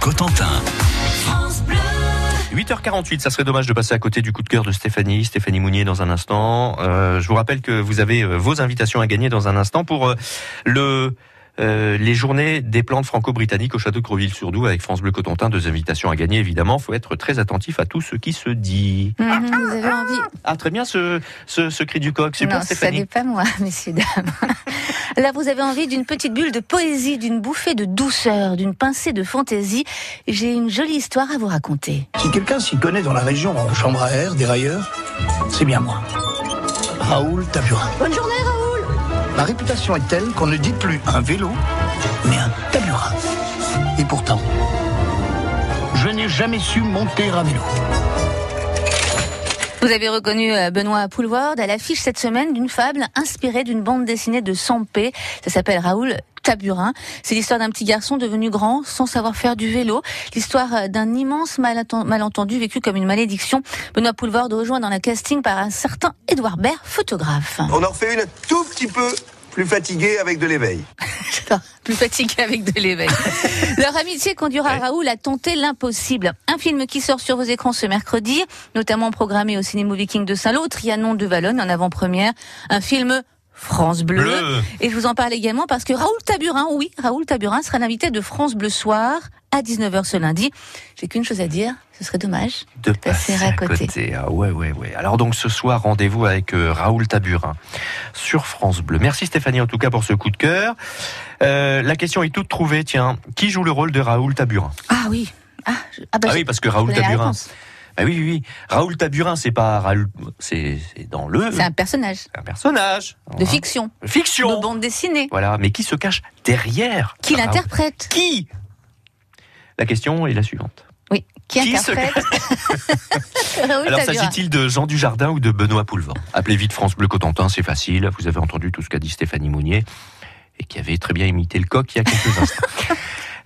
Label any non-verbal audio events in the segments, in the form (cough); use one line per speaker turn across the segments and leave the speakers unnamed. Cotentin.
8h48, ça serait dommage de passer à côté du coup de cœur de Stéphanie, Stéphanie Mounier dans un instant. Euh, je vous rappelle que vous avez euh, vos invitations à gagner dans un instant pour euh, le euh, les journées des plantes franco-britanniques au château de Creville-sur-Doubs avec France Bleu Cotentin, deux invitations à gagner évidemment. Faut être très attentif à tout ce qui se dit.
Mhm, vous avez envie
Mm-hmm. Ah très bien ce ce, ce cri du coq, c'est
Non,
bon
ça
Stéphanie.
n'est pas moi, (laughs) messieurs, dames. Là, vous avez envie d'une petite bulle de poésie, d'une bouffée de douceur, d'une pincée de fantaisie. J'ai une jolie histoire à vous raconter.
Si quelqu'un s'y connaît dans la région en chambre à air, dérailleur, c'est bien moi. Raoul Taburin.
Bonne journée, Raoul
Ma réputation est telle qu'on ne dit plus un vélo, mais un taburin. Et pourtant, je n'ai jamais su monter à vélo.
Vous avez reconnu euh, Benoît Poulward à l'affiche cette semaine d'une fable inspirée d'une bande dessinée de Sampé. Ça s'appelle Raoul Taburin. C'est l'histoire d'un petit garçon devenu grand sans savoir faire du vélo. L'histoire euh, d'un immense malaten- malentendu vécu comme une malédiction. Benoît Poulward rejoint dans la casting par un certain Édouard Baird, photographe.
On en refait une tout petit peu plus fatiguée avec de l'éveil.
J'adore. Plus fatigué avec
(laughs)
de l'éveil. Leur amitié conduira Raoul à tenter l'impossible. Un film qui sort sur vos écrans ce mercredi, notamment programmé au Cinéma Viking de Saint-Lô, Trianon de Valonne en avant-première. Un film France Bleu.
Bleu.
Et je vous en parle également parce que Raoul Taburin, oui, Raoul Taburin sera l'invité de France Bleu Soir à 19h ce lundi. J'ai qu'une chose à dire, ce serait dommage.
De
passer à côté.
Ah ouais ouais ouais. Alors donc ce soir rendez-vous avec euh, Raoul Taburin sur France Bleu. Merci Stéphanie en tout cas pour ce coup de cœur. Euh, la question est toute trouvée. Tiens, qui joue le rôle de Raoul Taburin
Ah oui. Ah, je- bah,
Ah
je-
oui, parce que
je
Raoul
connais la
Taburin.
réponse.
Ah oui, oui, oui. Raoul Taburin, c'est pas Raoul, c'est c'est dans le.
C'est un personnage
un personnage.
de
Hein.
fiction,
Fiction.
de bande dessinée,
Voilà, mais qui se cache derrière
qui
Raoul
l'interprète.
Qui La question est la suivante.
Oui, qui,
Qui se
(laughs) interprète Raoul
Alors,
Taburin.
s'agit-il de Jean Dujardin ou de Benoît Poulvent Appelez vite France Bleu Cotentin, c'est facile. Vous avez entendu tout ce qu'a dit Stéphanie Mounier et qui avait très bien imité le coq il y a quelques instants.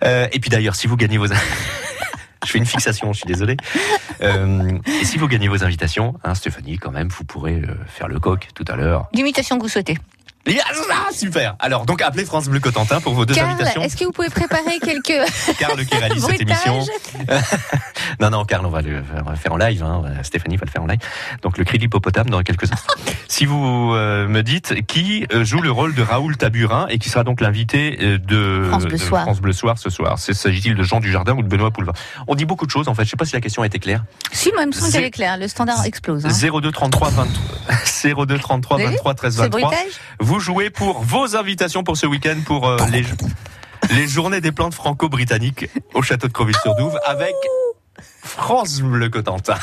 Euh, et puis d'ailleurs, si vous gagnez vos... (laughs) Je fais une fixation, je suis désolé. Euh, et si vous gagnez vos invitations, hein, Stéphanie, quand même, vous pourrez euh, faire le coq tout à l'heure.
L'imitation que vous souhaitez.
Ah, super Alors, donc, appelez France Bleu Cotentin pour vos deux
Carl,
invitations.
est-ce que vous pouvez préparer
(laughs)
quelques
Carl qui réalise cette émission.
bruitages
Non, non, Carl, on va le faire- faire en live. hein. Stéphanie va le faire en live. Donc, le cri de l'hippopotame dans quelques instants. si vous euh, me dites qui euh, joue le rôle de Raoul Taburin et qui sera donc l'invité euh, de,
France Bleu
de
Soir.
France Bleu Soir ce soir, C'est- s'agit-il de Jean Dujardin ou de Benoît Poulevard On dit beaucoup de choses, en fait. Je sais pas si la question a été claire.
Si, moi, il me semble qu'elle
Zé-
est claire. Le standard explose. hein.
02 33 (laughs) 23 02 33
Vous avez vu
23 13
C'est le
23.
bruitage
Vous jouez pour vos invitations pour ce week-end pour euh, les, les journées des plantes franco-britanniques au château de Creville-sur-Douve avec France Bleu Cotentin.